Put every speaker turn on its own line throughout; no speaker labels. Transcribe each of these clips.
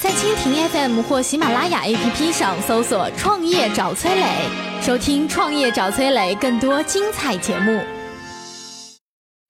在蜻蜓 FM 或喜马拉雅 APP 上搜索“创业找崔磊”，收听“创业找崔磊”更多精彩节目。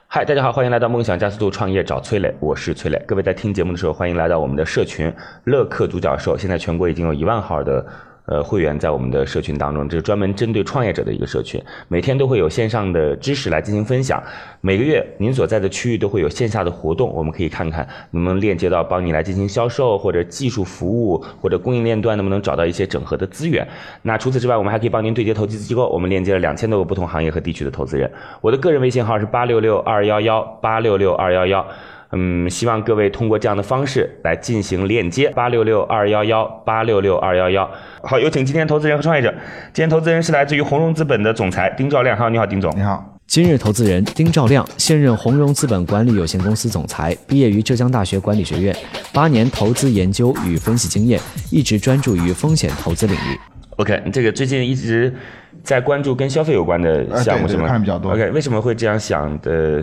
嗨，大家好，欢迎来到梦想加速度创业找崔磊，我是崔磊。各位在听节目的时候，欢迎来到我们的社群乐客独角兽，现在全国已经有一万号的。呃，会员在我们的社群当中，这是专门针对创业者的一个社群，每天都会有线上的知识来进行分享。每个月您所在的区域都会有线下的活动，我们可以看看能不能链接到帮你来进行销售，或者技术服务，或者供应链端能不能找到一些整合的资源。那除此之外，我们还可以帮您对接投资机构，我们链接了两千多个不同行业和地区的投资人。我的个人微信号是八六六二幺幺八六六二幺幺。嗯，希望各位通过这样的方式来进行链接，八六六二幺幺八六六二幺幺。好，有请今天投资人和创业者。今天投资人是来自于红融资本的总裁丁兆亮。哈，你好，丁总。
你好，
今日投资人丁兆亮，现任红融资本管理有限公司总裁，毕业于浙江大学管理学院，八年投资研究与分析经验，一直专注于风险投资领域。
OK，这个最近一直在关注跟消费有关的
呃
项目，
对
是吗？
对看得比较多
OK，为什么会这样想的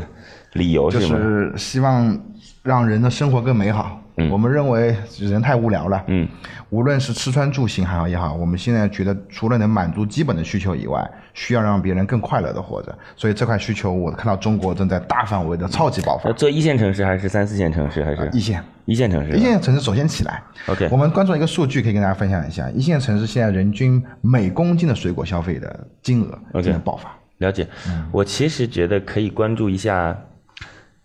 理由
就是
什么？
是希望让人的生活更美好。我们认为人太无聊了，
嗯，
无论是吃穿住行还好也好，我们现在觉得除了能满足基本的需求以外，需要让别人更快乐的活着。所以这块需求，我看到中国正在大范围的超级爆发啊
呃，做一线城市还是三四线城市还是
呃一线。
一线城市吧？
一线城市首先起来。
OK
我们关注一个数据，可以跟大家分享一下：一线城市现在人均每公斤的水果消费的金额
OK
正在爆发。
了解。
嗯
我其实觉得可以关注一下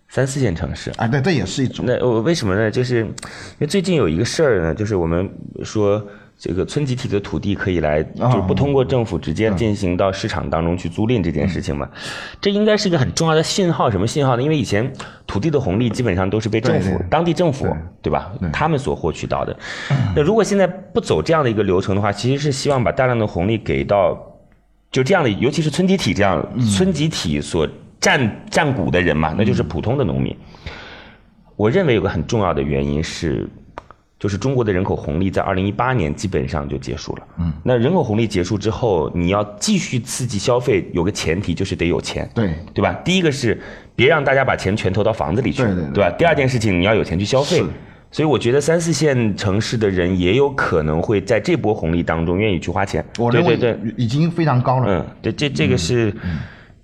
三四线城市。
啊，对，这也是一种。
那我为什么呢？就是因为最近有一个事儿呢，就是我们说这个村集体的土地可以来，
啊
就是不通过政府直
嗯
接进行到市场当中去租赁这件事情嘛。这应该是一个很重要的信号，什么信号呢？因为以前土地的红利基本上都是被政府
对对
当地政府对吧，他们所获取到 的。那如果现在不走这样的一个流程的话，其实是希望把大量的红利给到就这样的，尤其是村集体这样，
嗯
村集体所占占股的人嘛，那
嗯
就是普通的农民。我认为有个很重要的原因是，就是中国的人口红利在二零一八年基本上就结束了。嗯，那人口红利结束之后，你要继续刺激消费，有个前提就是得有钱。
对，
对吧？第一个是别让大家把钱全投到房子里去，
对对对
吧？第二件事情你要有钱去消费
是。
所以我觉得三四线城市的人也有可能会在这波红利当中愿意去花钱。
我
对
认
对对
为，已经非常高了。
嗯，对，这这个是，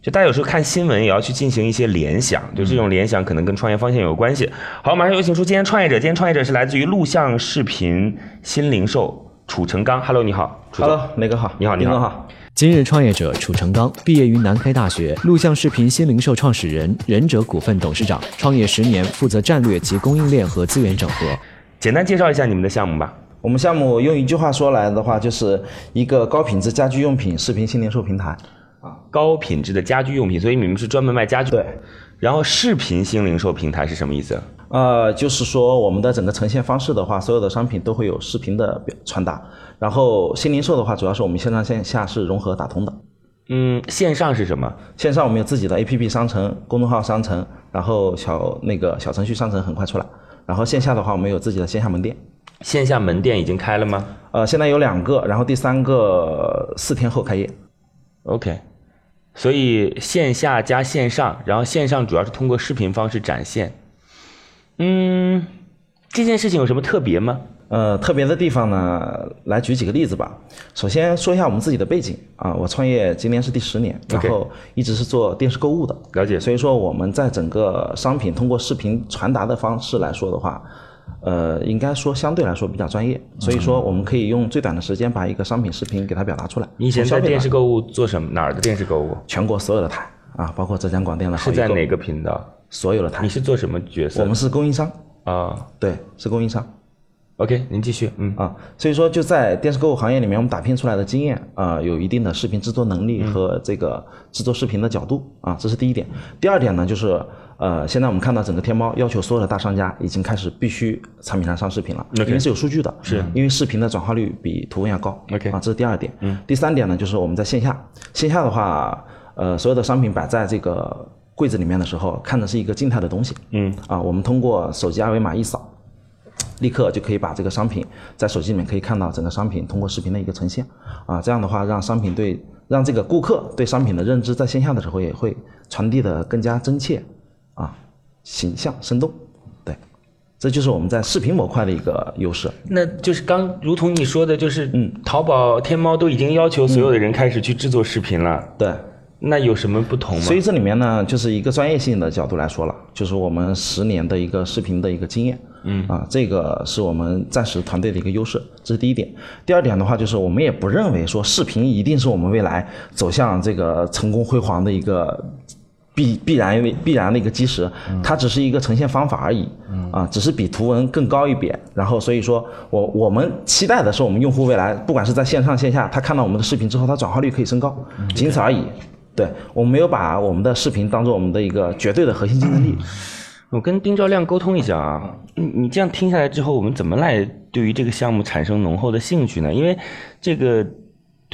就大家有时候看新闻也要去进行一些联想，就这种联想可能跟创业方向有关系。好，马上有请出今天创业者，今天创业者是来自于录像视频新零售楚成刚，Hello，你好楚总
Hello，磊哥好，
你好你好
林哥好，
今日创业者楚成刚毕业于南开大学，录像视频新零售创始人，忍者股份董事长，创业十年，负责战略及供应链和资源整合。
简单介绍一下你们的项目吧。
我们项目用一句话说来的话，就是一个高品质家居用品视频新零售平台。
高品质的家居用品，所以你们是专门卖家居。
对。
然后视频新零售平台是什么意思？
呃，就是说我们的整个呈现方式的话，所有的商品都会有视频的表传达。然后新零售的话，主要是我们线上线下是融合打通的。
嗯，线上是什么？
线上我们有自己的 APP 商城、公众号商城，然后小那个小程序商城很快出来。然后线下的话，我们有自己的线下门店。
线下门店已经开了吗
呃，现在有两个，然后第三个四天后开业。
？OK，所以线下加线上，然后线上主要是通过视频方式展现。嗯，这件事情有什么特别吗？
呃，特别的地方呢，来举几个例子吧。首先说一下我们自己的背景啊，我创业今年是第十年，然
OK
后一直是做电视购物的，
了解
所以说我们在整个商品通过视频传达的方式来说的话，呃，应该说相对来说比较专业，所以说我们可以用最短的时间把一个商品视频给它表达出来。
你以前
从消
在
费
电
端
视购物做什么？哪儿的电视购物？
全国所有的台啊，包括浙江广电的好
是在
易购
哪个频道？
所有的台
你，是做什么角色？
我们是供应商，
啊，
对，是供应商。
OK，您继续，嗯，
啊，所以说就在电视购物行业里面，我们打拼出来的经验啊、有一定的视频制作能力和这个制作视频的角度啊，这是第一点。第二点呢，就是呃，现在我们看到整个天猫要求所有的大商家已经开始必须产品上上视频了
OK
因为是有数据的，是因为视频的转化率比图文要高
OK
啊，这是第二点。嗯，第三点呢，就是我们在线下，线下的话，呃，所有的商品摆在这个柜子里面的时候，看的是一个静态的东西，嗯，啊，我们通过手机二维码一扫。立刻就可以把这个商品在手机里面可以看到整个商品通过视频的一个呈现啊，这样的话让商品对让这个顾客对商品的认知在线下的时候也会传递的更加真切啊，形象生动，对，这就是我们在视频模块的一个优势。
那就是刚如同你说的，就是嗯，淘宝、天猫都已经要求所有的人开始去制作视频了，
对，
那有什么不同吗？
所以这里面呢，就是一个专业性的角度来说了，就是我们十年的一个视频的一个经验，嗯啊，这个是我们暂时团队的一个优势，这是第一点。第二点的话，就是我们也不认为说视频一定是我们未来走向这个成功辉煌的一个必必然的必然的一个基石，它只是一个呈现方法而已，啊，只是比图文更高一点。然后所以说我我们期待的是，我们用户未来不管是在线上线下，他看到我们的视频之后，他转化率可以升高，仅此而已。对我们没有把我们的视频当做我们的一个绝对的核心竞争力。
我跟丁兆亮沟通一下啊，你你这样听下来之后，我们怎么来对于这个项目产生浓厚的兴趣呢？因为这个，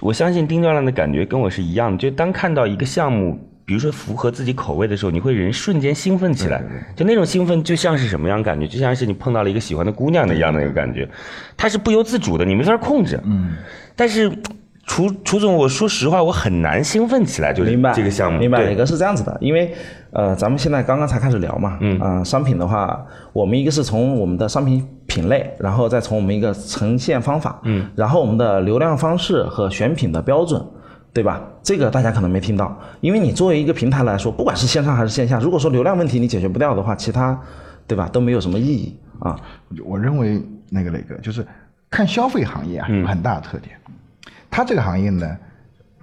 我相信丁兆亮的感觉跟我是一样的，就当看到一个项目，比如说符合自己口味的时候，你会人瞬间兴奋起来，就那种兴奋就像是什么样的感觉？就像是你碰到了一个喜欢的姑娘的一样的那个感觉，它是不由自主的，你没法控制。嗯，但是。楚楚总，我说实话，我很难兴奋起来，就是
明白
这个项目，
明白，
对
磊哥是这样子的，因为呃，咱们现在刚刚才开始聊嘛，嗯啊、商品的话，我们一个是从我们的商品品类，然后再从我们一个呈现方法，嗯，然后我们的流量方式和选品的标准。对吧？这个大家可能没听到，因为你作为一个平台来说，不管是线上还是线下，如果说流量问题你解决不掉的话，其他，对吧，都没有什么意义啊。
我认为那个磊哥就是看消费行业啊，
嗯
有很大的特点，它这个行业呢，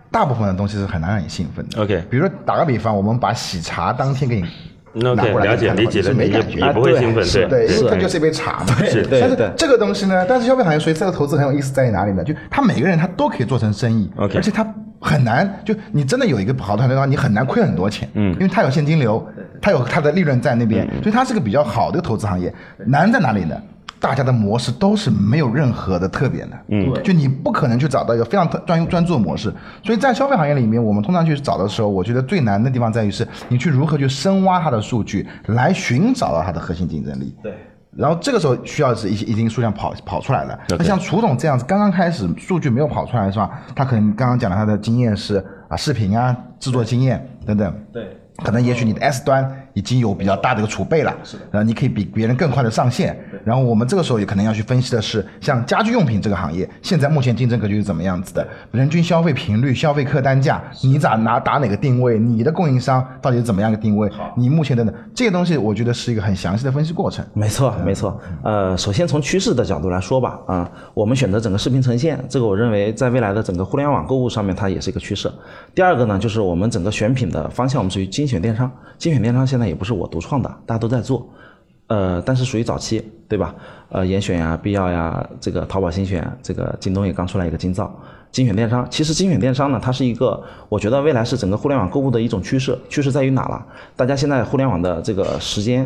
大部分的东西是很难让你兴奋的。
OK
比如说打个比方，我们把喜茶当天给你。
那嗯 OK，
拿过来
了解
看的话
理解
你是
了
没
也
感觉
也
的，
不会
啊对
兴奋，
是
对，因为它
对
就是一杯茶嘛。
是
对
但是
对
这个东西呢，但是消费行业，所以这个投资很有意思在于哪里呢？就他每个人他都可以做成生意
OK
而且他很难，就你真的有一个好的团队的话，你很难亏很多钱，嗯，因为他有现金流，他有他的利润在那边，所以它是个比较好的投资行业。难在哪里呢？大家的模式都是没有任何的特别的，嗯，就你不可能去找到一个非常特专专注的模式。所以在消费行业里面，我们通常去找的时候，我觉得最难的地方在于是你去如何去深挖它的数据，来寻找到它的核心竞争力。对。然后这个时候需要是一些一定数量跑跑出来的。那像楚总这样子，刚刚开始数据没有跑出来的话，他可能刚刚讲的他的经验是啊，视频啊，制作经验等等。对。可能也许你的 S 端已经有比较大的一个储备了，是的。然后你可以比别人更快的上线。然后我们这个时候也可能要去分析的是，像家居用品这个行业，现在目前竞争格局是怎么样子的？人均消费频率、消费客单价，你咋拿打哪个定位？你的供应商到底是怎么样一个定位？你目前等等这些东西，我觉得是一个很详细的分析过程。
没错，没错。呃，首先从趋势的角度来说吧，啊、我们选择整个视频呈现，这个我认为在未来的整个互联网购物上面，它也是一个趋势。第二个呢，就是我们整个选品的方向，我们属于精选电商。精选电商现在也不是我独创的，大家都在做，呃，但是属于早期，对吧？呃，严选呀、必要呀，这个淘宝新选，这个京东也刚出来一个金造。精选电商，其实精选电商呢，它是一个，我觉得未来是整个互联网购物的一种趋势。趋势在于哪了？大家现在互联网的这个时间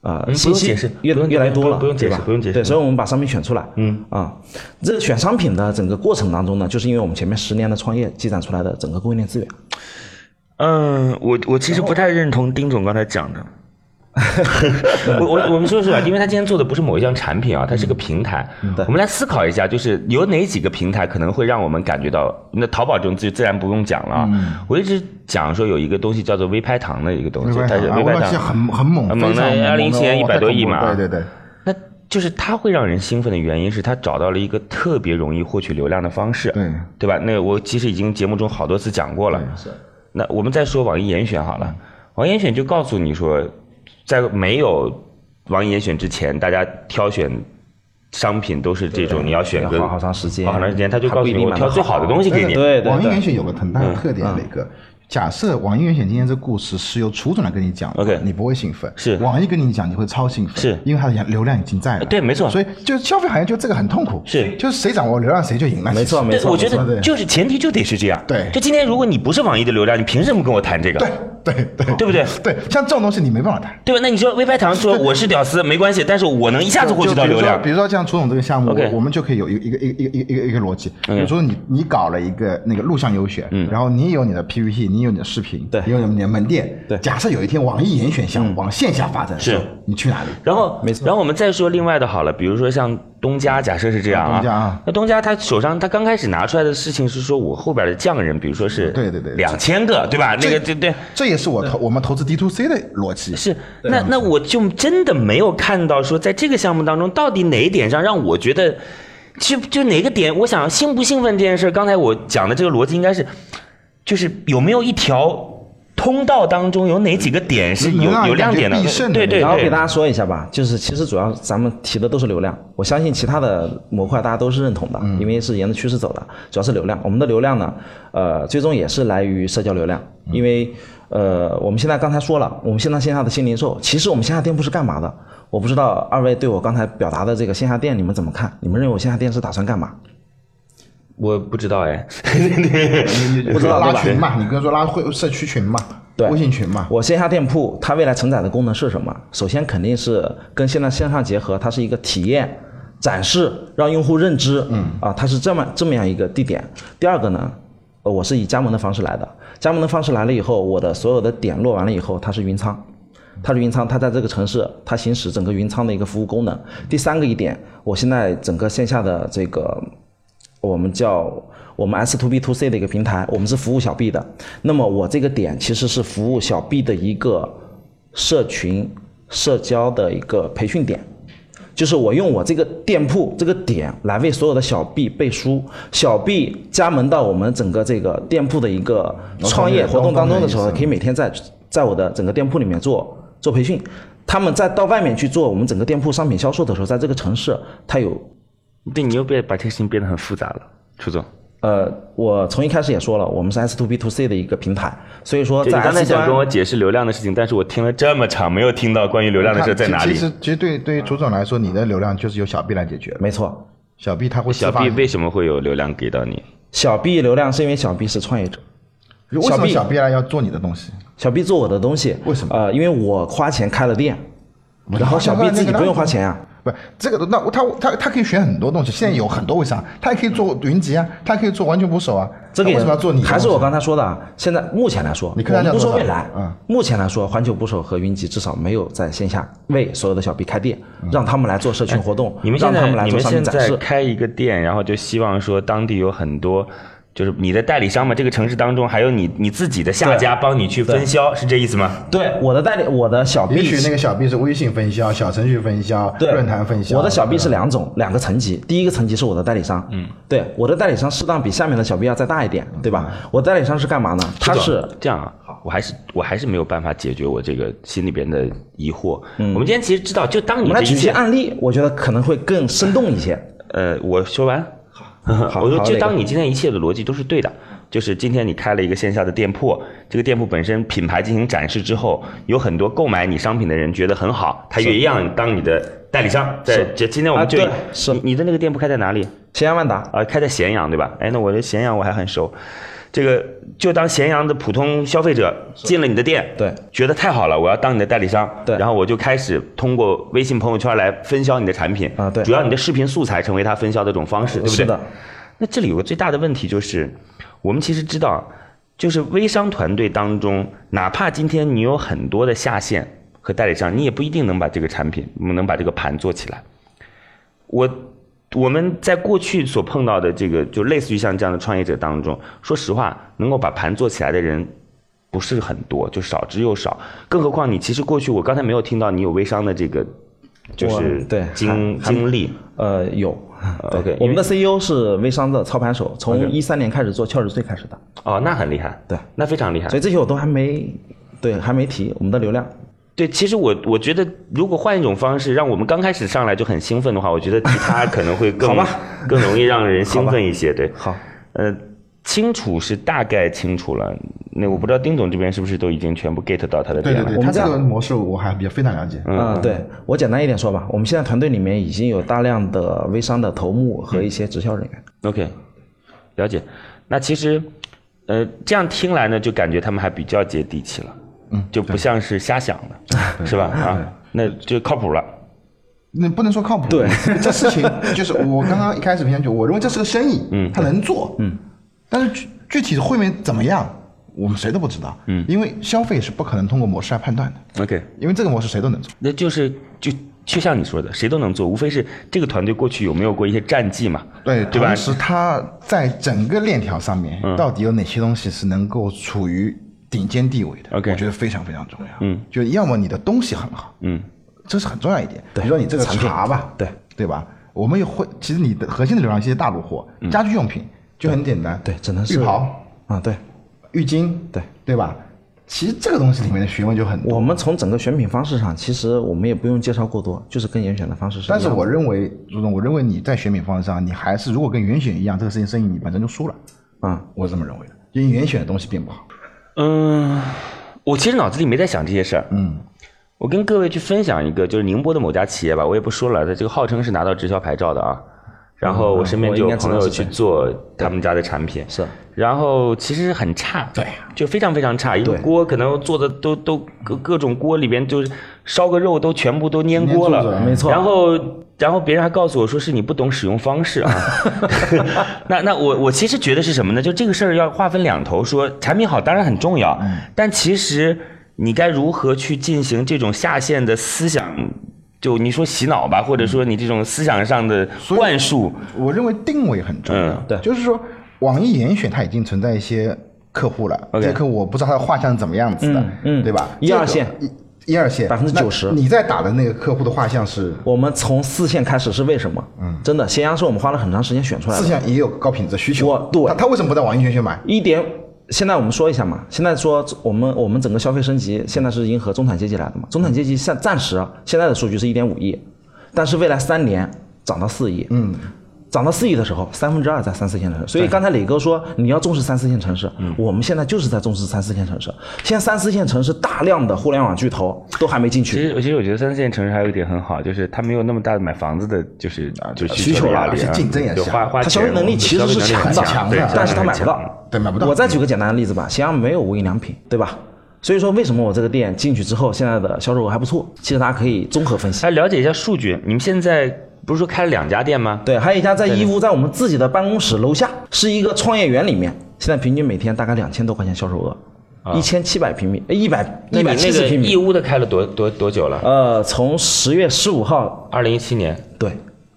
啊，
嗯
信
不用
息
解释
越
不用
越来越多了，
不用不用解释
对吧
不用解释
对，所以我们把商品选出来，嗯啊，这选商品的整个过程当中呢，就是因为我们前面十年的创业积攒出来的整个供应链资源，
嗯，我我其实不太认同丁总刚才讲的。 我我我们说实话，啊因为他今天做的不是某一项产品啊，它是个平台。
嗯
对
我们来思考一下，就是有哪几个平台可能会让我们感觉到，那淘宝这种自自然不用讲了啊。
嗯
我一直讲说有一个东西叫做微拍堂的一个东
微
西，
拍
它是
堂啊
微
微
拍
拍
堂
堂很很猛
猛
非常
的，
猛
二零一七年一
哇
百
太
多
恐
亿
怖
嘛。
了对对对。
那就是它会让人兴奋的原因是它找到了一个特别容易获取流量的方式，
对
对吧？那我其实已经节目中好多次讲过了。是。那我们再说网易严选好了，网易严选就告诉你说，在没有网易严选之前，大家挑选商品都是这种，你要选
要
个
花好长时间
花好长时间，他就
还
告诉
不一
你
定
我
买
挑
得
最
好
好的东西给你。
对对
网易
对
嗯
严选有个很大的特点，磊哥，假设网易严选今天这故事是由楚总来跟你讲的
OK
你不会兴奋；
是
网易跟你讲，你会超兴奋，
是
因为它的流量已经在了。
呃对没错
所以就消费行业就这个很痛苦，
是
就是谁掌握流量谁就赢了。
没错
其实
没
对，
错
我觉
没错
得
对
就是前提就得是这样。
对
就今天如果你不是网易的流量，你凭什么跟我谈这个？
对对对，
对不对
对，像这种东西你没办法谈。
对吧？那你说微拍堂说我是屌丝没关系，但是我能一下子获取到
就比
流
如说
量
比。如说像楚总这个项目，
OK 嗯
我我们就可以有一个一个一个一个一个一个一个逻辑。比如说你你搞了一个那个录像优选，然后你有你的 PPT，你有你的视频，
对
你有你的门店。
对
假设有一天网易严选项目往线下发展的时候，
嗯是
你去哪里？
然后，
没错
然后我们再说另外的好了，比如说像东家，假设是这样啊，
啊东家啊
那东家他手上他刚开始拿出来的事情是说我后边的匠人，比如说是
对对对
两千个，对吧？那个对对
这也是我投我们投资 D to C 的逻辑。
是，那那我就真的没有看到说在这个项目当中到底哪一点上让我觉得，就就哪个点，我想兴不兴奋这件事儿，刚才我讲的这个逻辑应该是，就是有没有一条通道当中有哪几个点是
能
有
让
有
人感
亮
觉
点的
必胜，的
对对对，
然后给大家说一下吧，就是其实主要咱们提的都是流量，我相信其他的模块大家都是认同的，
嗯
因为是沿着趋势走的，主要是流量。我们的流量呢，呃，最终也是来于社交流量，
嗯
因为呃，我们现在刚才说了，我们现在线下的新零售，其实我们线下店铺是干嘛的？我不知道二位对我刚才表达的这个线下店你们怎么看？你们认为我线下店是打算干嘛？
我不知道哎，
不知道拉群嘛？你跟他说拉会社区群嘛？
对
微信群嘛？
我线下店铺它未来承载的功能是什么？首先肯定是跟现在线上结合，它是一个体验展示，让用户认知，嗯啊，它是这么这么样一个地点。第二个呢，呃我是以加盟的方式来的，加盟的方式来了以后，我的所有的点落完了以后，它是云仓。它是云仓，它在这个城市，它行使整个云仓的一个服务功能。第三个一点，我现在整个线下的这个我们叫我们 S to B to C 的一个平台，我们是服务小 B 的。那么我这个点其实是服务小 B 的一个社群社交的一个培训点，就是我用我这个店铺这个点来为所有的小 B 背书。小 B 加盟到我们整个这个店铺的一个创业活动当中的时候，可以每天在在我的整个店铺里面做做培训。他们在到外面去做我们整个店铺商品销售的时候，在这个城市，它有
对你又变把这个事情变得很复杂了，楚总。
呃，我从一开始也说了，我们是 S to B to C 的一个平台，所以说
就你
在
刚才
S
想
端
跟我解释流量的事情，但是我听了这么长，没有听到关于流量的事在哪
其
里
其。实其实对对于楚总来说，你的流量就是由小 B 来解决的。
没错，
小 B 他会
小
释放
B 为什么会有流量给到你？
小 B 流量是因为小 B 是创业者，
为什
小
么
B
小 B 来要做你的东西？
小 B 做我的东西，
为什么
呃，因为我花钱开了店，然后小 B 自己不用花钱啊。
不，这个那他他他可以选很多东西，现在有很多微商，他也可以做云集啊，他也可以做完全捕手啊，
这个
他
也
为什么要做你的东西？
还是我刚才说的，啊，现在目前来说，
你
我
看他这
们
样
不
做
说
的
未来，
嗯
目前来说，环球捕手和云集至少没有在线下为所有的小 B 开店，
嗯
让他们来做社群活动，
哎你们现
让他
在
们来
你
做
们
商
现
品展
在
示。
开一个店，然后就希望说当地有很多，就是你的代理商嘛，这个城市当中还有你你自己的下家帮你去分销，是这意思吗？
对，我的代理，我的小 B
也许那个小 B 是微信分销、小程序分销、
对，
论坛分销。
我的小 B 是两种两个层级，第一个层级是我的代理商，嗯，对，我的代理商适当比下面的小 B 要再大一点，对吧？
嗯
我代理商是干嘛呢？他是
这样啊，我还是我还是没有办法解决我这个心里边的疑惑。我们今天其实知道，就当
嗯我
你
们
这
来
一
举一
切
些案例，我觉得可能会更生动一些。
呃，我说完。
好
我说
好
就
磊哥
当你今天一切的逻辑都是对的，就是今天你开了一个线下的店铺，这个店铺本身品牌进行展示之后，有很多购买你商品的人觉得很好，他也一样当你的代理商。对，这今天我们
啊
就
对是
你你的那个店铺开在哪里？
西安万达，
啊，开在咸阳对吧？哎，那我这咸阳我还很熟，这个就当咸阳的普通消费者进了你的店，
对
觉得太好了，我要当你的代理商，
对
然后我就开始通过微信朋友圈来分销你的产品
啊对呃
主要你的视频素材成为他分销的一种方式，对不对？
是的，
那这里有个最大的问题就是，我们其实知道，就是微商团队当中，哪怕今天你有很多的下线和代理商，你也不一定能把这个产品，能把这个盘做起来。我我们在过去所碰到的这个，就类似于像这样的创业者当中，说实话，能够把盘做起来的人不是很多，就少之又少。更何况你其实过去，我刚才没有听到你有微商的这个，就
我
是
对
经
还还
经历。
呃， 有。对
OK，
我们的
因
CEO 是微商的操盘手，从一三年开始做俏日最开始的，
哦，那很厉害，
对
那非常厉害
所。以这些我都还没对还没提我们的流量，
对，其实我我觉得，如果换一种方式，让我们刚开始上来就很兴奋的话，我觉得其他可能会更
好吧
更容易让人兴奋一些。对，
好，
呃，清楚是大概清楚了，那我不知道丁总这边是不是都已经全部 get 到他的
对
点
对
了。
对，他这个模式我还比较非常了解。
啊、对我简单一点说吧，我们现在团队里面已经有大量的微商的头目和一些直销人员。
OK，了解。那其实，呃，这样听来呢，就感觉他们还比较接地气了，嗯，就不像是瞎想 的，是吧？啊，那就靠谱了。
那不能说靠谱。对，这事情 就是我刚刚一开始评价就，我认为这是个生意，嗯，他能做，嗯，但是具具体的后面怎么样，我们谁都不知道，嗯，因为消费是不可能通过模式来判断的，
OK，
因为这个模式谁都能做。
那就是就就像你说的，谁都能做，无非是这个团队过去有没有过一些战绩嘛，
对，
对吧
同？时它在整个链条上面，
嗯
到底有哪些东西是能够处于顶尖地位的
OK
我觉得非常非常重要。嗯，就要么你的东西很好，
嗯，
这是很重要一点。比如说你这个茶吧，
对
对吧？我们也会，其实你的核心的流量是一些大路货，家居用品就很简单，
嗯对，只能
浴
是
袍、
啊，对，
浴巾，
对
对吧？其实这个东西里面的学问就很多。
我们从整个选品方式上，其实我们也不用介绍过多，就是跟严选的方式是一样
但
的。
是我认为，朱总，我认为你在选品方式上，你还是如果跟原选一样，这个事情生意你本身就输了，
啊、
我是这么认为的，因为原选的东西并不好。
嗯，我其实脑子里没在想这些事儿。嗯，我跟各位去分享一个，就是宁波的某家企业吧，我也不说了，它这个号称是拿到直销牌照的啊。然后我身边
嗯我
就
应
有
该知道
朋友
是
去
谁
做他们家的产品，
是
然后其实很差，对，就非常非常差，一个
对
锅可能做的都都各各种锅里边就是烧个肉都全部都粘锅
粘住
了，
了没
错。然后然后别人还告诉我说是你不懂使用方式啊，那那我我其实觉得是什么呢？就这个事儿要划分两头说，产品好当然很重要，但其实你该如何去进行这种下线的思想？就你说洗脑吧，或者说你这种思想上的
以
灌输，
我认为定位很重要。
嗯
对
就是说，网易严选它已经存在一些客户了，这
OK
些客户我不知道他的画像怎么样子的，
嗯嗯
对吧？
一
这个
二线
一一二线
90%
那你在打的那个客户的画像是
我们从四线开始是为什么？嗯，真的，咸阳是我们花了很长时间选出来
四
的。
线也有高品质的需求
我，对
他他为什么不在网易严选买？
一点，现在我们说一下嘛，现在说我们我们整个消费升级，现在是迎合中产阶级来的嘛。中产阶级现暂时啊现在的数据是一点五亿，但是未来三年涨到四亿，嗯，涨到四亿的时候，三分之二在三四线城市。所以刚才磊哥说你要重视三四线城市，我们现在就是在重视三四线城市。现在三四线城市大量的互联网巨头都还没进
其
去，
实，其实我觉得三四线城市还有一点很好，就是它没有那么大的买房子的，就是就需的压
而
力
且
啊，
竞争也
就
小
花花
它消
钱
费能力其实是
消费能力很
强的，
强，
的
对
但是它买不
消费能力很强
到，
对买不到
我再举个简单的例子吧，咸阳没有无印良品，对吧？所以说，为什么我这个店进去之后，现在的销售额还不错？其实大家可以综合分析。
来了解一下数据，你们现在不是说开了两家店吗？
对，还有一家在义乌，在我们自己的办公室楼下，是一个创业园里面，现在平均每天大概两千多块钱销售额，一千七百平米，一百
啊那
一
你
百七
那
十
个
平
义
米。
乌的开了多多多久了？
呃，从十月十五号，
二零一七年
对，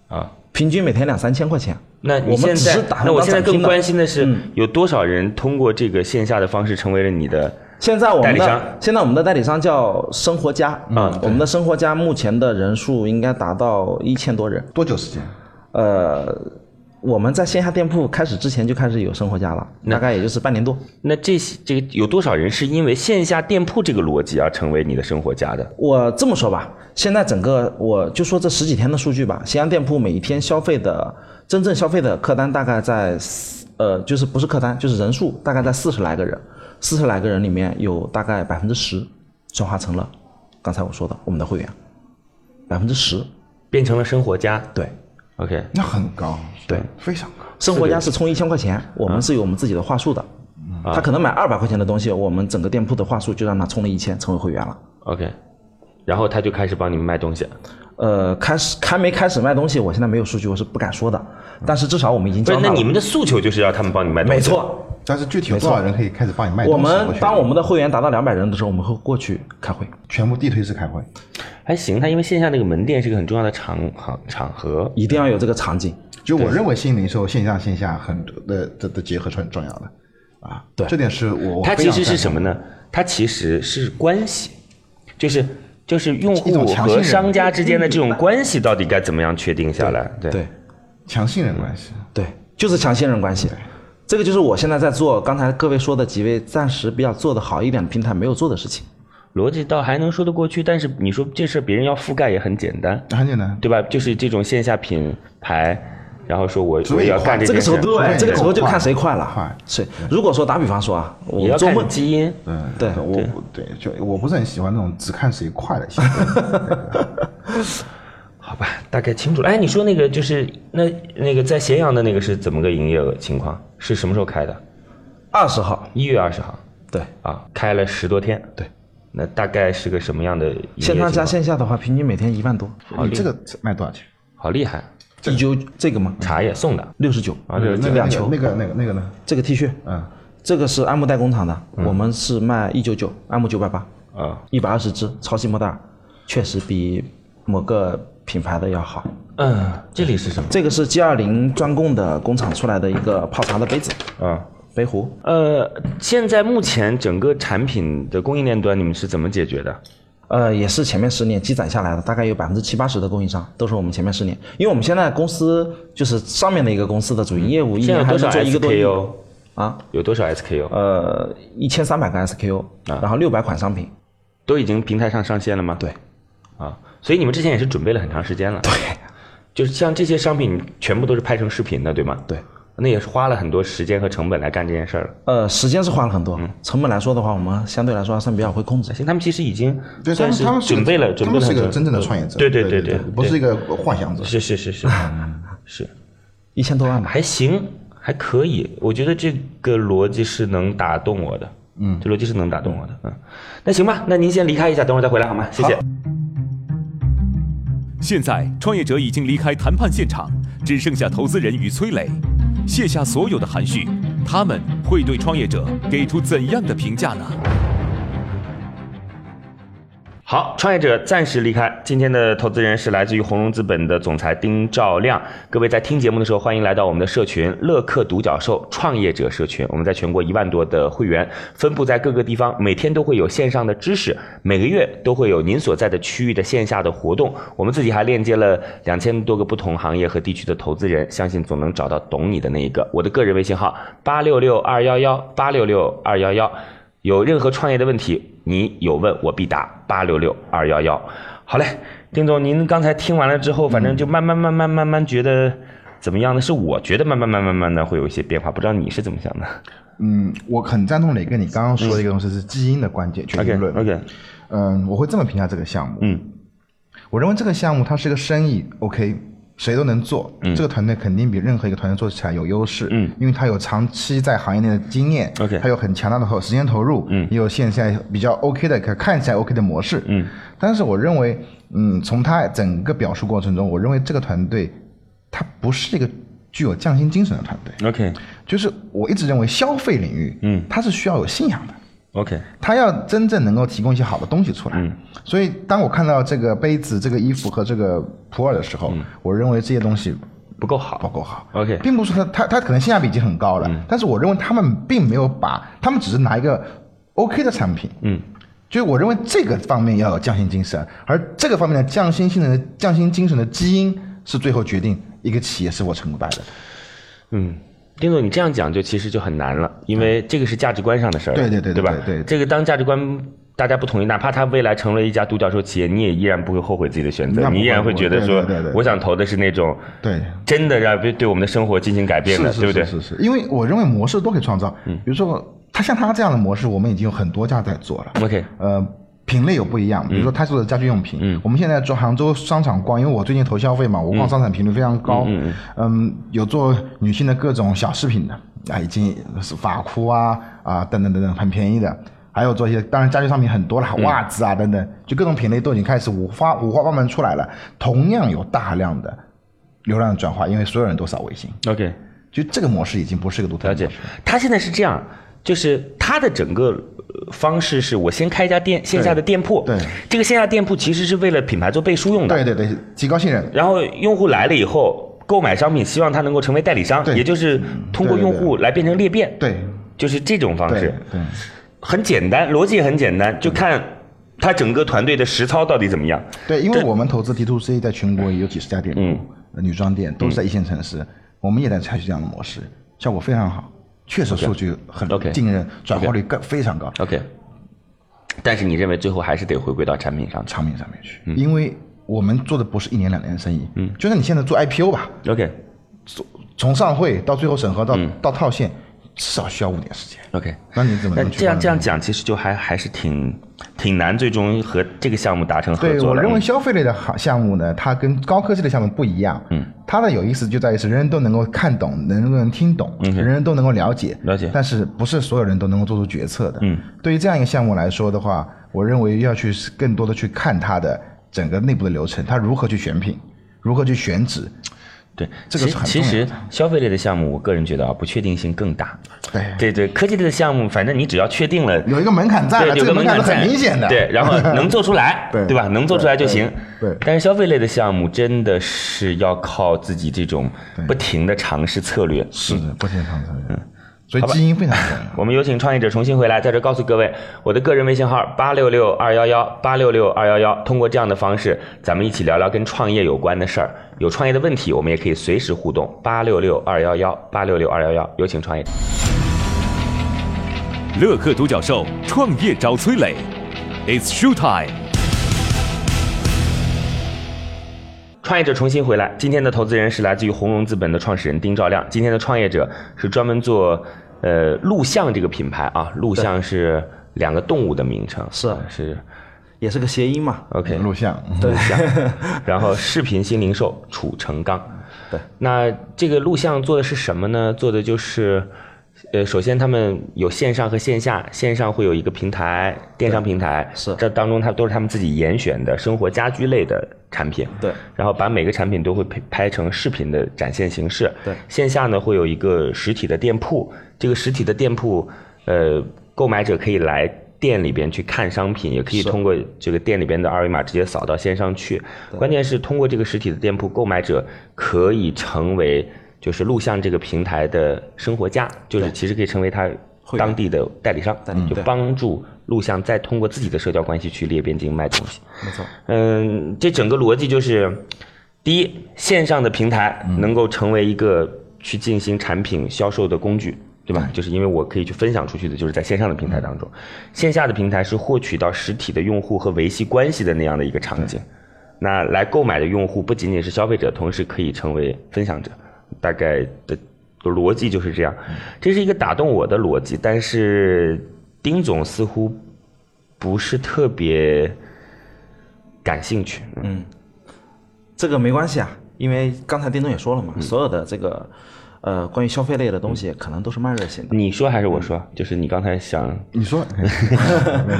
啊。
平均每天两三千块钱。
那
我
你
们
现
只是
在
打，算
那我
当
现在
展厅
更
的嗯
关心的是，有多少人通过这个线下的方式成为了你的？
现在我
代
们
理商
的现在我们的代理商叫生活家，
嗯
我们的生活家目前的人数应该达到一千多人。
多久时间？
呃，我们在线下店铺开始之前就开始有生活家了，大概也就是半年多。
那这些这个有多少人是因为线下店铺这个逻辑而成为你的生活家的？
我这么说吧，现在整个我就说这十几天的数据吧，咸阳店铺每一天消费的真正消费的客单大概在四，呃，就是不是客单，就是人数大概在四十来个人，四十来个人里面有大概百分之十转化成了刚才我说的我们的会员，百分之十，
变成了生活家
对。
？OK，
那很高，
对，
非常高。
生活家是充一千块钱，我们是有我们自己的话术的，他可能买二百块钱的东西，我们整个店铺的话术就让他充了一千，成为会员了。
OK，然后他就开始帮你们卖东西。
呃，开始开没开始卖东西，我现在没有数据，我是不敢说的。但是至少我们已经
不
交
是，
纳
那
了。
你们的诉求就是要他们帮你卖东西。
没，错，
但是具体有多少人可以开始帮你卖东
我
西？
们
觉得
当我们的会员达到两百人的时候，我们会过去开会，
全部地推式开会，
还行。他因为线下那个门店是个很重要的场场场合。
一定要有这个场景。
就我认为新零售线上线下很多的的的结合是很重要的啊。
对
这点是我我
它其
非常
实是
赞
什
同
么呢？它其实是关系，就是就是用
一
户
种强信
和
任嗯
商家之间的这种关系到底该怎么样确定下来？对
对
强信任关系。
对，就是强信任关系。这个就是我现在在做，刚才各位说的几位暂时比较做的好一点的平台没有做的事情。
逻辑倒还能说得过去，但是你说这事儿别人要覆盖也很简单，
很简单，
对吧？就是这种线下品牌，然后说我
所
我
以
也要干这
这个
件
时
事
候
儿，
对
对，这个时候就看谁快
快
了。是，如果说打比方说啊，
也
我
要
做
看
梦，
基因。
嗯，
对
我不对，就我不是很喜欢那种只看谁快的行为。
好吧，大概清楚了。哎，你说那个就是那那个在咸阳的那个是怎么个营业额情况？是什么时候开的？
二十号，
一月二十号
对，
啊，开了十多天。
对，
那大概是个什么样的营业
线上加
情
线下的话，平均每天一万多。
好
你
厉
这个卖多少钱？
况？好厉害，
一九这个吗？
茶叶送的
六十九
嗯啊，这
那
这
个
两球
那个那个那个呢？
这个 T 恤，
嗯，
这个是安慕代工厂的，
嗯
我们是卖一九九，安慕九百八，
啊，
一百二十只，超细莫代尔，确实比某个品牌的要好。
嗯，这里是什么？
这个是 G 二零专供的工厂出来的一个泡茶的杯子，
嗯。
杯壶。
呃，现在目前整个产品的供应链端，你们是怎么解决的？
呃，也是前面十年积攒下来的，大概有百分之七八十的供应商都是我们前面十年，因为我们现在公司就是上面的一个公司的主营业务，一
嗯现在
年
有
还
多
能
少
做一个多亿
SKU？
啊，
有多少 SKU？
呃，一千三百个 SKU，然
啊
后六百款商品，
都已经平台上上线了吗？
对，
啊，所以你们之前也是准备了很长时间了。对，就是像这些商品，你们全部都是拍成视频的，对吗？
对，
那也是花了很多时间和成本来干这件事儿了。
呃，时间是花了
嗯
很多，成本来说的话，我们相对来说还算比较会控制。
行，他们其实已经
对，他
算
们
是
他们是个
准备了，
他
准备
们
了
是
很
个
多
真正的创业者，
对对
对
对，
不是一个幻想者。
是是是是是，
一千多万吧，
还行，还可以。我觉得这个逻辑是能打动我的，嗯，这逻辑是能打动我的，嗯。那行吧，那您先离开一下，等会儿再回来好吗？谢谢。
现在，创业者已经离开谈判现场，只剩下投资人与崔磊，卸下所有的含蓄，他们会对创业者给出怎样的评价呢？
好，创业者暂时离开。今天的投资人是来自于红融资本的总裁丁兆亮。各位在听节目的时候，欢迎来到我们的社群“乐客独角兽创业者社群”。我们在全国一万多的会员，分布在各个地方，每天都会有线上的知识，每个月都会有您所在的区域的线下的活动。我们自己还链接了两千多个不同行业和地区的投资人，相信总能找到懂你的那一个。我的个人微信号八六六二幺幺八六六二幺幺。有任何创业的问题，你有问我必答，八六六二幺幺。好嘞，丁总，您刚才听完了之后，反
嗯
正就慢慢慢慢慢慢觉得怎么样呢？是我觉得慢慢慢慢慢的会有一些变化，不知道你是怎么想的
嗯，我很赞同磊哥你刚刚说的一个东西是基因的关键决定论。
嗯？OK，
嗯，我会这么评价这个项目。
嗯，
我认为这个项目它是个生意，OK，谁都能做。嗯，这个团队肯定比任何一个团队做起来有优势。
嗯，
因为它有长期在行业内的经验。
OK
它有很强大的投时间投入。嗯，也有现在比较 OK 的可看起来 OK 的模式。嗯，但是我认为，嗯，从它整个表述过程中，我认为这个团队它不是一个具有匠心精神的团队。
OK
就是我一直认为消费领域，嗯，它是需要有信仰的。
OK，
它要真正能够提供一些好的东西出来。所以当我看到这个杯子、这个衣服和这个普洱的时候，我认为这些东西
不够
不
好。
够好。
OK
并不是说它它它可能性价比已经很高了，但是我认为他们并没有把，他们只是拿一个 OK 的产品，嗯。就是我认为这个方面要有匠心精神，而这个方面的匠心精神的匠心精神的基因是最后决定一个企业是否成功败的。
嗯，丁总，你这样讲就其实就很难了，因为这个是价值观上的事儿了，
嗯对对对
对吧？
对对对
这个当价值观大家不同意，哪怕他未来成了一家独角兽企业，你也依然不会后悔自己的选择，
那不
你依然会
会不
觉
会
得
对
说
对对对，
我想投的是那种
对，
真的让对对我们的生活进行改变的，
是是
对不对？嗯
是是是，因为我认为模式都可以创造。比如说他像他这样的模式，我们已经有很多家在做了。
OK
呃，品类有不一样，比如说
嗯
他做的家居用品，我们现在做杭州商场逛，因为我最近投消费嘛，我
嗯
逛商场频率非常高。嗯有做女性的各种小饰品的啊，已经是发箍啊啊等等等等，很便宜的。还有做一些，当然家居商品很多了，
嗯
袜子啊等等，就各种品类都已经开始五花五花八门出来了。同样有大量的流量转化，因为所有人都扫微信，
OK，
就这个模式已经不是一个独特
了
的模
解
式。。
他现在是这样，就是他的整个呃方式是我先开一家店，线下的店铺。
对
这个线下店铺其实是为了品牌做背书用的。
对对对，提高信任。
然后用户来了以后购买商品，希望他能够成为代理商，
对嗯
也就是通过
对对
用户来变成裂变。
对
就是这种方
对嗯
式，
对，
很简单，逻辑也很简单，就看他整个团队的实操到底怎么样。
对，因为我们投资 T to C 在全国也有几十家店铺，呃
嗯
女装店都是在一线城市，我们也在采取这样的模式，效果非常好，确实数据很
OK
惊人，转化率高非常高，
OK，但是你认为最后还是得回归到产品上去。
产品
嗯
上面去，因为我们做的不是一年两年的生意，嗯，就像你现在做 IPO 吧，
OK，
从从上会到最后审核到、
嗯
到套现，至少需要五年时间。
OK，
那你怎么
那
能去
这样
帮
这样
助
讲，其实就还还是挺挺难，最终和这个项目达成合
对，
作嗯
我
了。
认为消费类的行项目呢，它跟高科技类项目不一样。嗯，它的有意思就在于是人人都能够看懂，人人都能听懂，人人都能够了解。
嗯了解
但是不是所有人都能够做出决策的。嗯，对于这样一个项目来说的话，我认为要去更多的去看它的整个内部的流程，它如何去选品，如何去选址。
对，
这个
其
是很
其
重要
实
的
消费类的项目，我个人觉得啊，不确定性更大。
对
对对，科技类的项目，反正你只要确定了，
哎有一个门槛在
对
了，，这
有个门
门槛
槛
是很
在
明显的。，
对，然后能做出来
对
吧？能做出来就行。
对对
但是消费类的项目真的是要靠自己这种不停的尝试策略。
是的，不健康的。嗯，所以基因非常重要。
我们有请创业者重新回来，在这告诉各位，我的个人微信号八六六二幺幺八六六二幺幺。通过这样的方式，咱们一起聊聊跟创业有关的事儿，有创业的问题，我们也可以随时互动。八六六二幺幺八六六二幺幺，有请创业者。
乐客独角兽创业找崔磊，It's show time。
创业者重新回来，今天的投资人是来自于红融资本的创始人丁兆亮。今天的创业者是专门做呃录像这个品牌啊，录像是两个动物的名称，
是啊
是啊
也是个谐音嘛。
OK
录像，嗯
录像，然后视频新零售楚成刚。对，那这个录像做的是什么呢？做的就是，呃，首先他们有线上和线下，线上会有一个平台，电商平台，
是
这当中它都是他们自己严选的生活家居类的产品。
对
然后把每个产品都会拍拍成视频的展现形式。
对
线下呢会有一个实体的店铺，这个实体的店铺，呃，购买者可以来店里边去看商品，也可以通过这个店里边的二维码直接扫到线上去。关键是通过这个实体的店铺，购买者可以成为就是录像这个平台的生活家，就是其实可以成为他。
会员
当地的代理商
代理商
就
对
帮助录像，再通过自己的社交关系去裂变境卖东西。
没错，
嗯，这整个逻辑就是，第一，线上的平台能够成为一个去进行产品销售的工具，对吧？就是因为我可以去分享出去的，就是在线上的平台当中，线下的平台是获取到实体的用户和维系关系的那样的一个场景。那来购买的用户不仅仅是消费者，同时可以成为分享者，大概的逻辑就是这样。这是一个打动我的逻辑，但是丁总似乎不是特别感兴趣。嗯，
这个没关系啊，因为刚才丁总也说了
嗯
嘛，所有的这个呃关于消费类的东西，可能都是慢热型的。
你说还是我说？就是你刚才想，
你说，没事，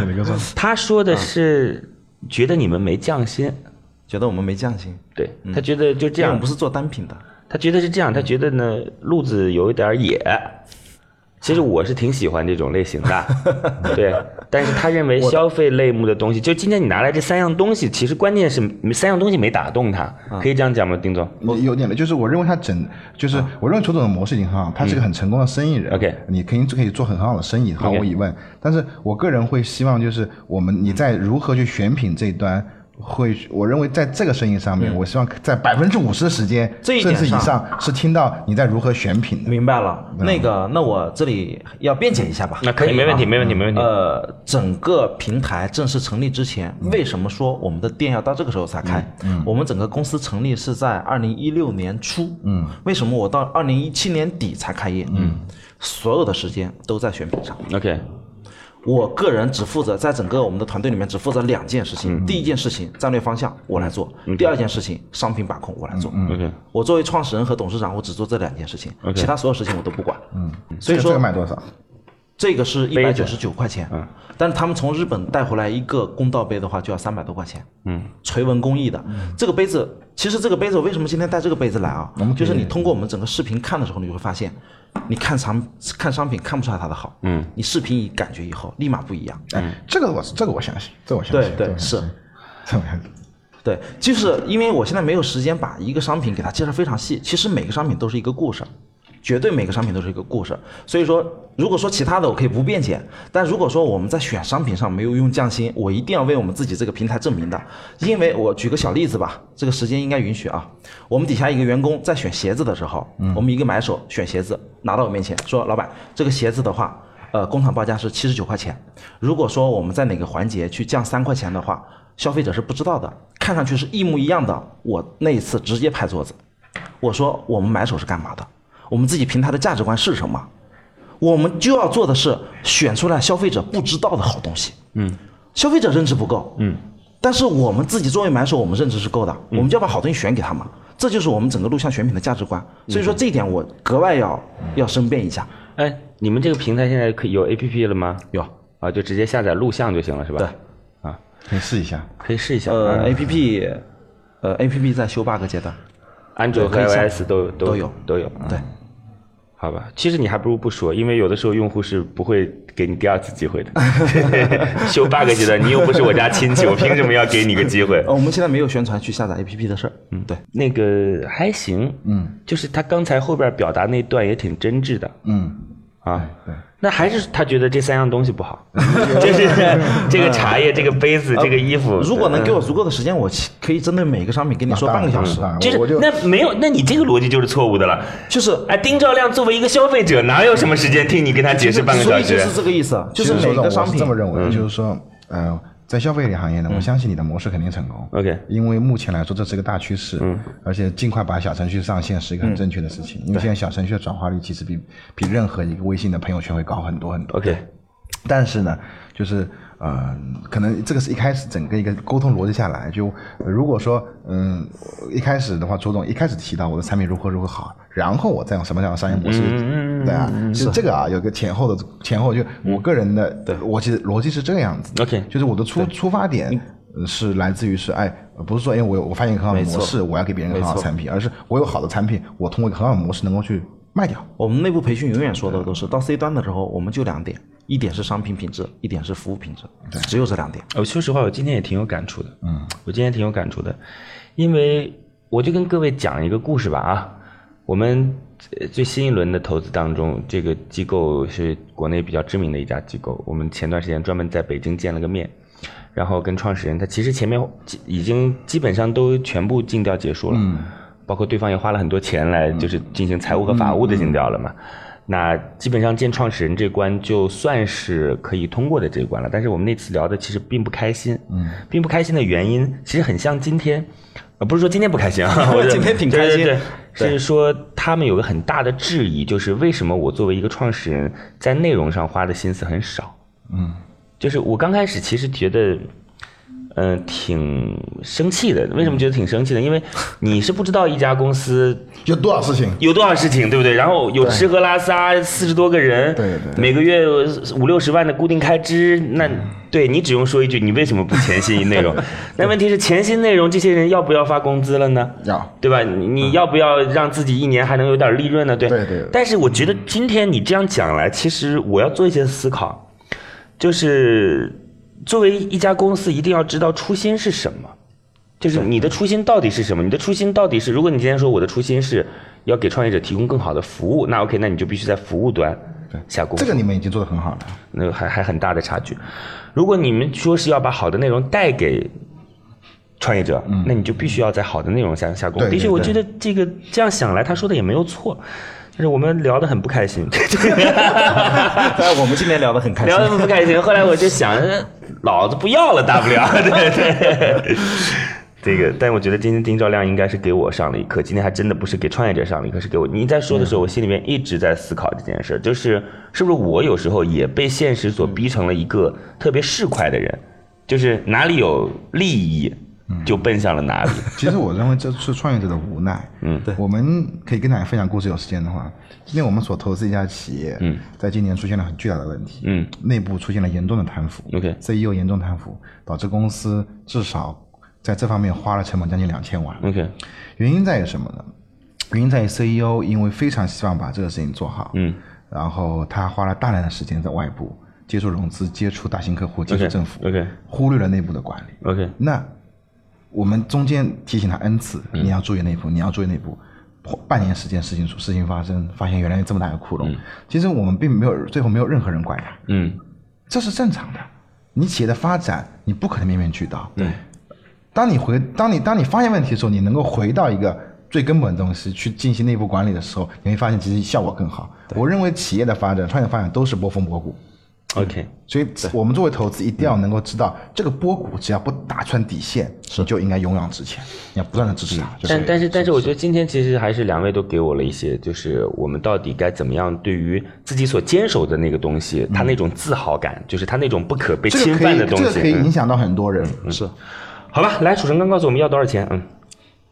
你哥说，
他说的是觉得你们没匠心，
觉得我们没匠心，
对他觉得就这
因为我
样
们不，是做单品的。
他觉得是这样，他觉得呢路子有一点儿野。其实我是挺喜欢这种类型的，对，但是他认为消费类目的东西，就今天你拿来这三样东西，其实关键是三样东西没打动他，可以这样讲吗，丁总？
哦
有有点的，就是我认为他整，就是我认为裘总的模式已经很好，他
嗯
是个很成功的生意人。
OK
你肯定可以做很好的生意，毫无
OK
疑问。但是我个人会希望，就是我们你在如何去选品这一端。会，我认为在这个生意上面，我希望在百分之五十的时间，
嗯这一
甚
点
至以
上
上是听到你在如何选品的。
明白了，那个，那我这里要辩解一下吧。
那可以，
吗
没问题，没问题，没问题。
啊呃，整个平台正式成立之前，为什么说我们的店要到这个时候才开？我们整个公司成立是在二零一六年初，嗯，为什么我到二零一七年底才开业？嗯，所有的时间都在选品上。
OK，
我个人只负责在整个我们的团队里面只负责两件事情，第一件事情战略方向我来做，第二件事情商品把控我来做。
OK
我作为创始人和董事长，我只做这两件事情，其他所有事情我都不管。嗯，所以
这
说
个卖多少？
这个是一
杯
百
子
九十九块钱，嗯，但是他们从日本带回来一个公道杯的话，就要三百多块钱，嗯，锤纹工艺的、这个杯子，其实这个杯子我为什么今天带这个杯子来啊？就是你通过我们整个视频看的时候，你会发现，你看商看商品看不出来它的好，嗯，你视频一感觉以后立马不一样，
哎，这个我这个我相信，这我相
对
信，
嗯对是。
这我相信。
对，就是因为我现在没有时间把一个商品给它介绍非常细，其实每个商品都是一个故事，绝对每个商品都是一个故事。所以说，如果说其他的我可以不辩解，但如果说我们在选商品上没有用匠心，我一定要为我们自己这个平台证明的。因为我举个小例子吧，这个时间应该允许啊。我们底下一个员工在选鞋子的时候，我们一个买手选鞋子拿到我面前说，老板，这个鞋子的话。呃，工厂报价是七十九块钱。如果说我们在哪个环节去降三块钱的话，消费者是不知道的，看上去是一模一样的。我那一次直接拍桌子，我说我们买手是干嘛的？我们自己平台的价值观是什么？我们就要做的是选出来消费者不知道的好东西。嗯，消费者认知不够。嗯，但是我们自己作为买手，我们认知是够的，我们就要把好东西选给他们。这就是我们整个录像选品的价值观。所以说这一点我格外要要申辩一下。
哎，你们这个平台现在可以有 APP 了吗？
有
啊，就直接下载录像就行了，是吧？
对，
可以试一下。
可以试一下。
呃
嗯
，A P P，呃，A P P 在修 bug 阶段。
安卓和
对可以下
iOS 都都
都有嗯
都有。嗯
对，
好吧，其实你还不如不说，因为有的时候用户是不会给你第二次机会的。 修 bug 阶段，你又不是我家亲戚，我凭什么要给你个机 会
呃，？我们现在没有宣传去下载 A P P 的事儿。嗯，对。
那个还行，嗯，就是他刚才后边表达那段也挺真挚的
嗯，
啊。那还是他觉得这三样东西不 好，就是这个茶叶、这个杯子、这个
嗯
衣服。
如果能给我足够的时间，我其可以针对每个商品跟你说半个小时。
啊，
就
我我
是
就
那没有，那你这个逻辑就是错误的了。
就是
哎，丁兆亮作为一个消费者，哪有什么时间听你跟他解释半个
所
小
以
时？
就是这个意思，
其
就是
实
每
说
个
真的
商
我是
品
这么认
嗯
为的，就是说，呃，在消费类行业呢，我相信你的模式肯定成功。
OK
因为目前来说这是个大趋势，嗯，而且尽快把小程序上线是
嗯
一个很正确的事情，因为现在小程序的转化率其实比比任何一个微信的朋友圈会高很多很多。
OK
但是呢，就是呃，可能这个是一开始整个一个沟通逻辑下来，就呃如果说嗯，一开始的话，周总一开始提到我的产品如何如何好，然后我再用什么样的商业
嗯
模式，
嗯
对啊，其实这个啊有个前后的前后，就我个人的逻辑逻辑是这个样子的
OK
就是我的出出发点。呃是来自于是哎，不是说哎我有我发现一个很好的模式，我要给别人一个很好的产品，而是我有好的产品，我通过一个很好的模式能够去卖掉。
我们内部培训永远说的都是，到 C 端的时候，我们就两点，一点是商品品质，一点是服务品质，只有这两点。
哦我说实话，我今天也挺有感触的。嗯，我今天挺有感触的，因为我就跟各位讲一个故事吧啊。我们呃最新一轮的投资当中，这个机构是国内比较知名的一家机构。我们前段时间专门在北京见了个面，然后跟创始人，他其实前面已经基本上都全部尽调结束了，
嗯
包括对方也花了很多钱来就是进行财务和法务
嗯
的尽调了嘛。那基本上见创始人这关就算是可以通过的这一关了。但是我们那次聊的其实并不开心，嗯，并不开心的原因其实很像今天，呃，不是说今天不开心啊， 我
今天挺
对对
开心
对
对
是说他们有个很大的质疑，就是为什么我作为一个创始人，在内容上花的心思很少？嗯，就是我刚开始其实觉得。嗯、挺生气的。为什么觉得挺生气的？因为你是不知道一家公司
有多少事情？
有多少事情，对不对？然后有吃喝拉撒四十多个人，
对对对嗯
每个月五六十万的固定开支，那对你只用说一句，你为什么不潜心内 容？那问题是潜心内容，这些人要不要发工资了呢？
要
对吧？你你要不要让自己一年还能有点利润呢？对
嗯对对对
但是我觉得今天你这样讲来，其实我要做一些思考，就是作为一家公司，一定要知道初心是什么。就是你的初心到底是什么？你的初心到底是，如果你今天说我的初心是要给创业者提供更好的服务，那 OK，那你就必须在服务端下功夫。
这个你们已经做得很好了。
那个还还很大的差距。如果你们说是要把好的内容带给创业者，那你就必须要在好的内容下下功夫。
嗯对对
的确，我觉得这个这样想来，他说的也没有错。但是我们聊得很不开心，
但哎我们今天聊得很开心
聊。得很不开心。后来我就想，呃老子不要了，大不了， 对对。这个，但我觉得今天丁兆亮应该是给我上了一课。今天还真的不是给创业者上了一课，是给我。你在说的时候，我心里面一直在思考这件事儿，就是是不是我有时候也被现实所逼成了一个特别市侩的人，就是哪里有利益
嗯
就奔向了哪里。
其实我认为这是创业者的无奈。嗯，对，我们可以跟大家分享故事，有时间的话，今天我们所投资一家企业，嗯，在今年出现了很巨大的问题，
嗯，
内部出现了严重的贪腐
OK
，CEO 严重贪腐，导致公司至少在这方面花了成本将近两千万。
OK，
原因在于什么呢？原因在于 CEO 因为非常希望把这个事情做好，嗯，然后他花了大量的时间在外部接触融资、接触大型客户、接触
OK，
政府
OK
忽略了内部的管理。
OK
那我们中间提醒他 n 次，你要注意内部，你要注意内部。或半年时间，事情出事情发生，发现原来有这么大个窟窿。其实我们并没有最后没有任何人怪他，
嗯，
这是正常的。你企业的发展，你不可能面面俱
嗯
到。对，当你回当你当你发现问题的时候，你能够回到一个最根本的东西去进行内部管理的时候，你会发现其实效果更好。我认为企业的发展、创业的发展都是波峰波谷，
OK，
所以我们作为投资一定要能够知道，这个波谷只要不打穿底线，你就应该勇往直前，你要不断的支持它。就是
但但是但是，我觉得今天其实还是两位都给我了一些，就是我们到底该怎么样对于自己所坚守的那个东西，他那种自豪感，就是他那种不可被
嗯这
侵
个可
犯
以
的东
这个可以
西。嗯
影响到很多人。
是
好吧，来，楚成刚告诉我们要多少钱？嗯，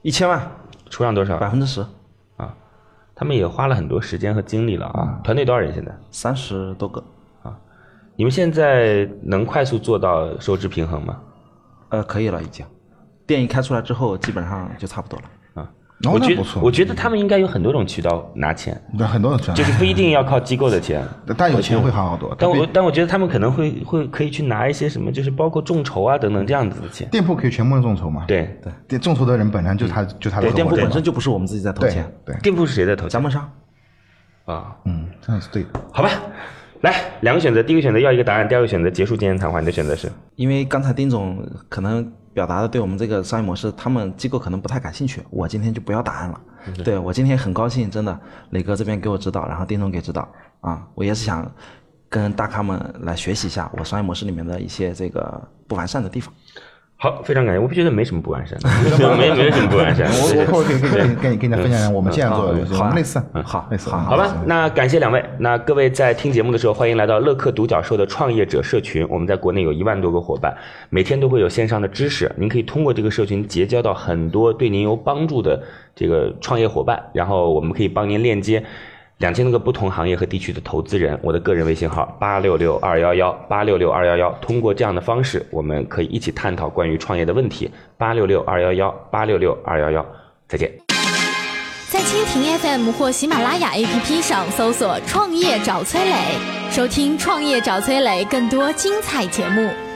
一千万，
出让多少
百？分之十，
他们也花了很多时间和精力了啊。团队多少人现在？
三十多个，
你们现在能快速做到收支平衡吗？
呃，可以了已经。店一开出来之后，基本上就差不多了。
哦
啊我觉
那
得
不错，
我觉得他们应该有很多种渠道拿钱，
对很多人这
就是
样，
不一定要靠机构的钱。
但有钱会好好多。
但
它
我
比
但我觉得他们可能会会可以去拿一些什么，就是包括众筹啊等等这样子的钱。
店铺可以全部众筹嘛？
对，嗯
对，众筹的人本身就他就他的合
对，
伙
店铺
人
本
嘛
身就不是我们自己在投
对
钱，
对，
店铺是谁在投
加
钱
盟商。
啊？
嗯，这样是对的。
好吧，来两个选择，第一个选择要一个答案，第二个选择结束今天谈话。你的选择是
因为刚才丁总可能表达的对我们这个商业模式，他们机构可能不太感兴趣。我今天就不要答案了。对我今天很高兴，真的，磊哥这边给我指导，然后丁总给指导啊，我也是想跟大咖们来学习一下我商业模式里面的一些这个不完善的地方。
好，非常感谢，我不觉得没什么不完善，的，没没有什么不完善。
我
对
我我可以可以可以跟你跟你分享我们现在做的东西，我们类似，啊
好
类似，嗯
好
嗯好吧，那感谢两位。那各位在听节目的时候，欢迎来到乐客独角兽的创业者社群。我们在国内有一万多个伙伴，每天都会有线上的知识，您可以通过这个社群结交到很多对您有帮助的这个创业伙伴，然后我们可以帮您链接。两千多个不同行业和地区的投资人，我的个人微信号八六六二幺幺八六六二幺幺，通过这样的方式，我们可以一起探讨关于创业的问题。八六六二幺幺八六六二幺幺，再见。
在蜻蜓 FM 或喜马拉雅 APP 上搜索“创业找崔磊”，收听“创业找崔磊”更多精彩节目。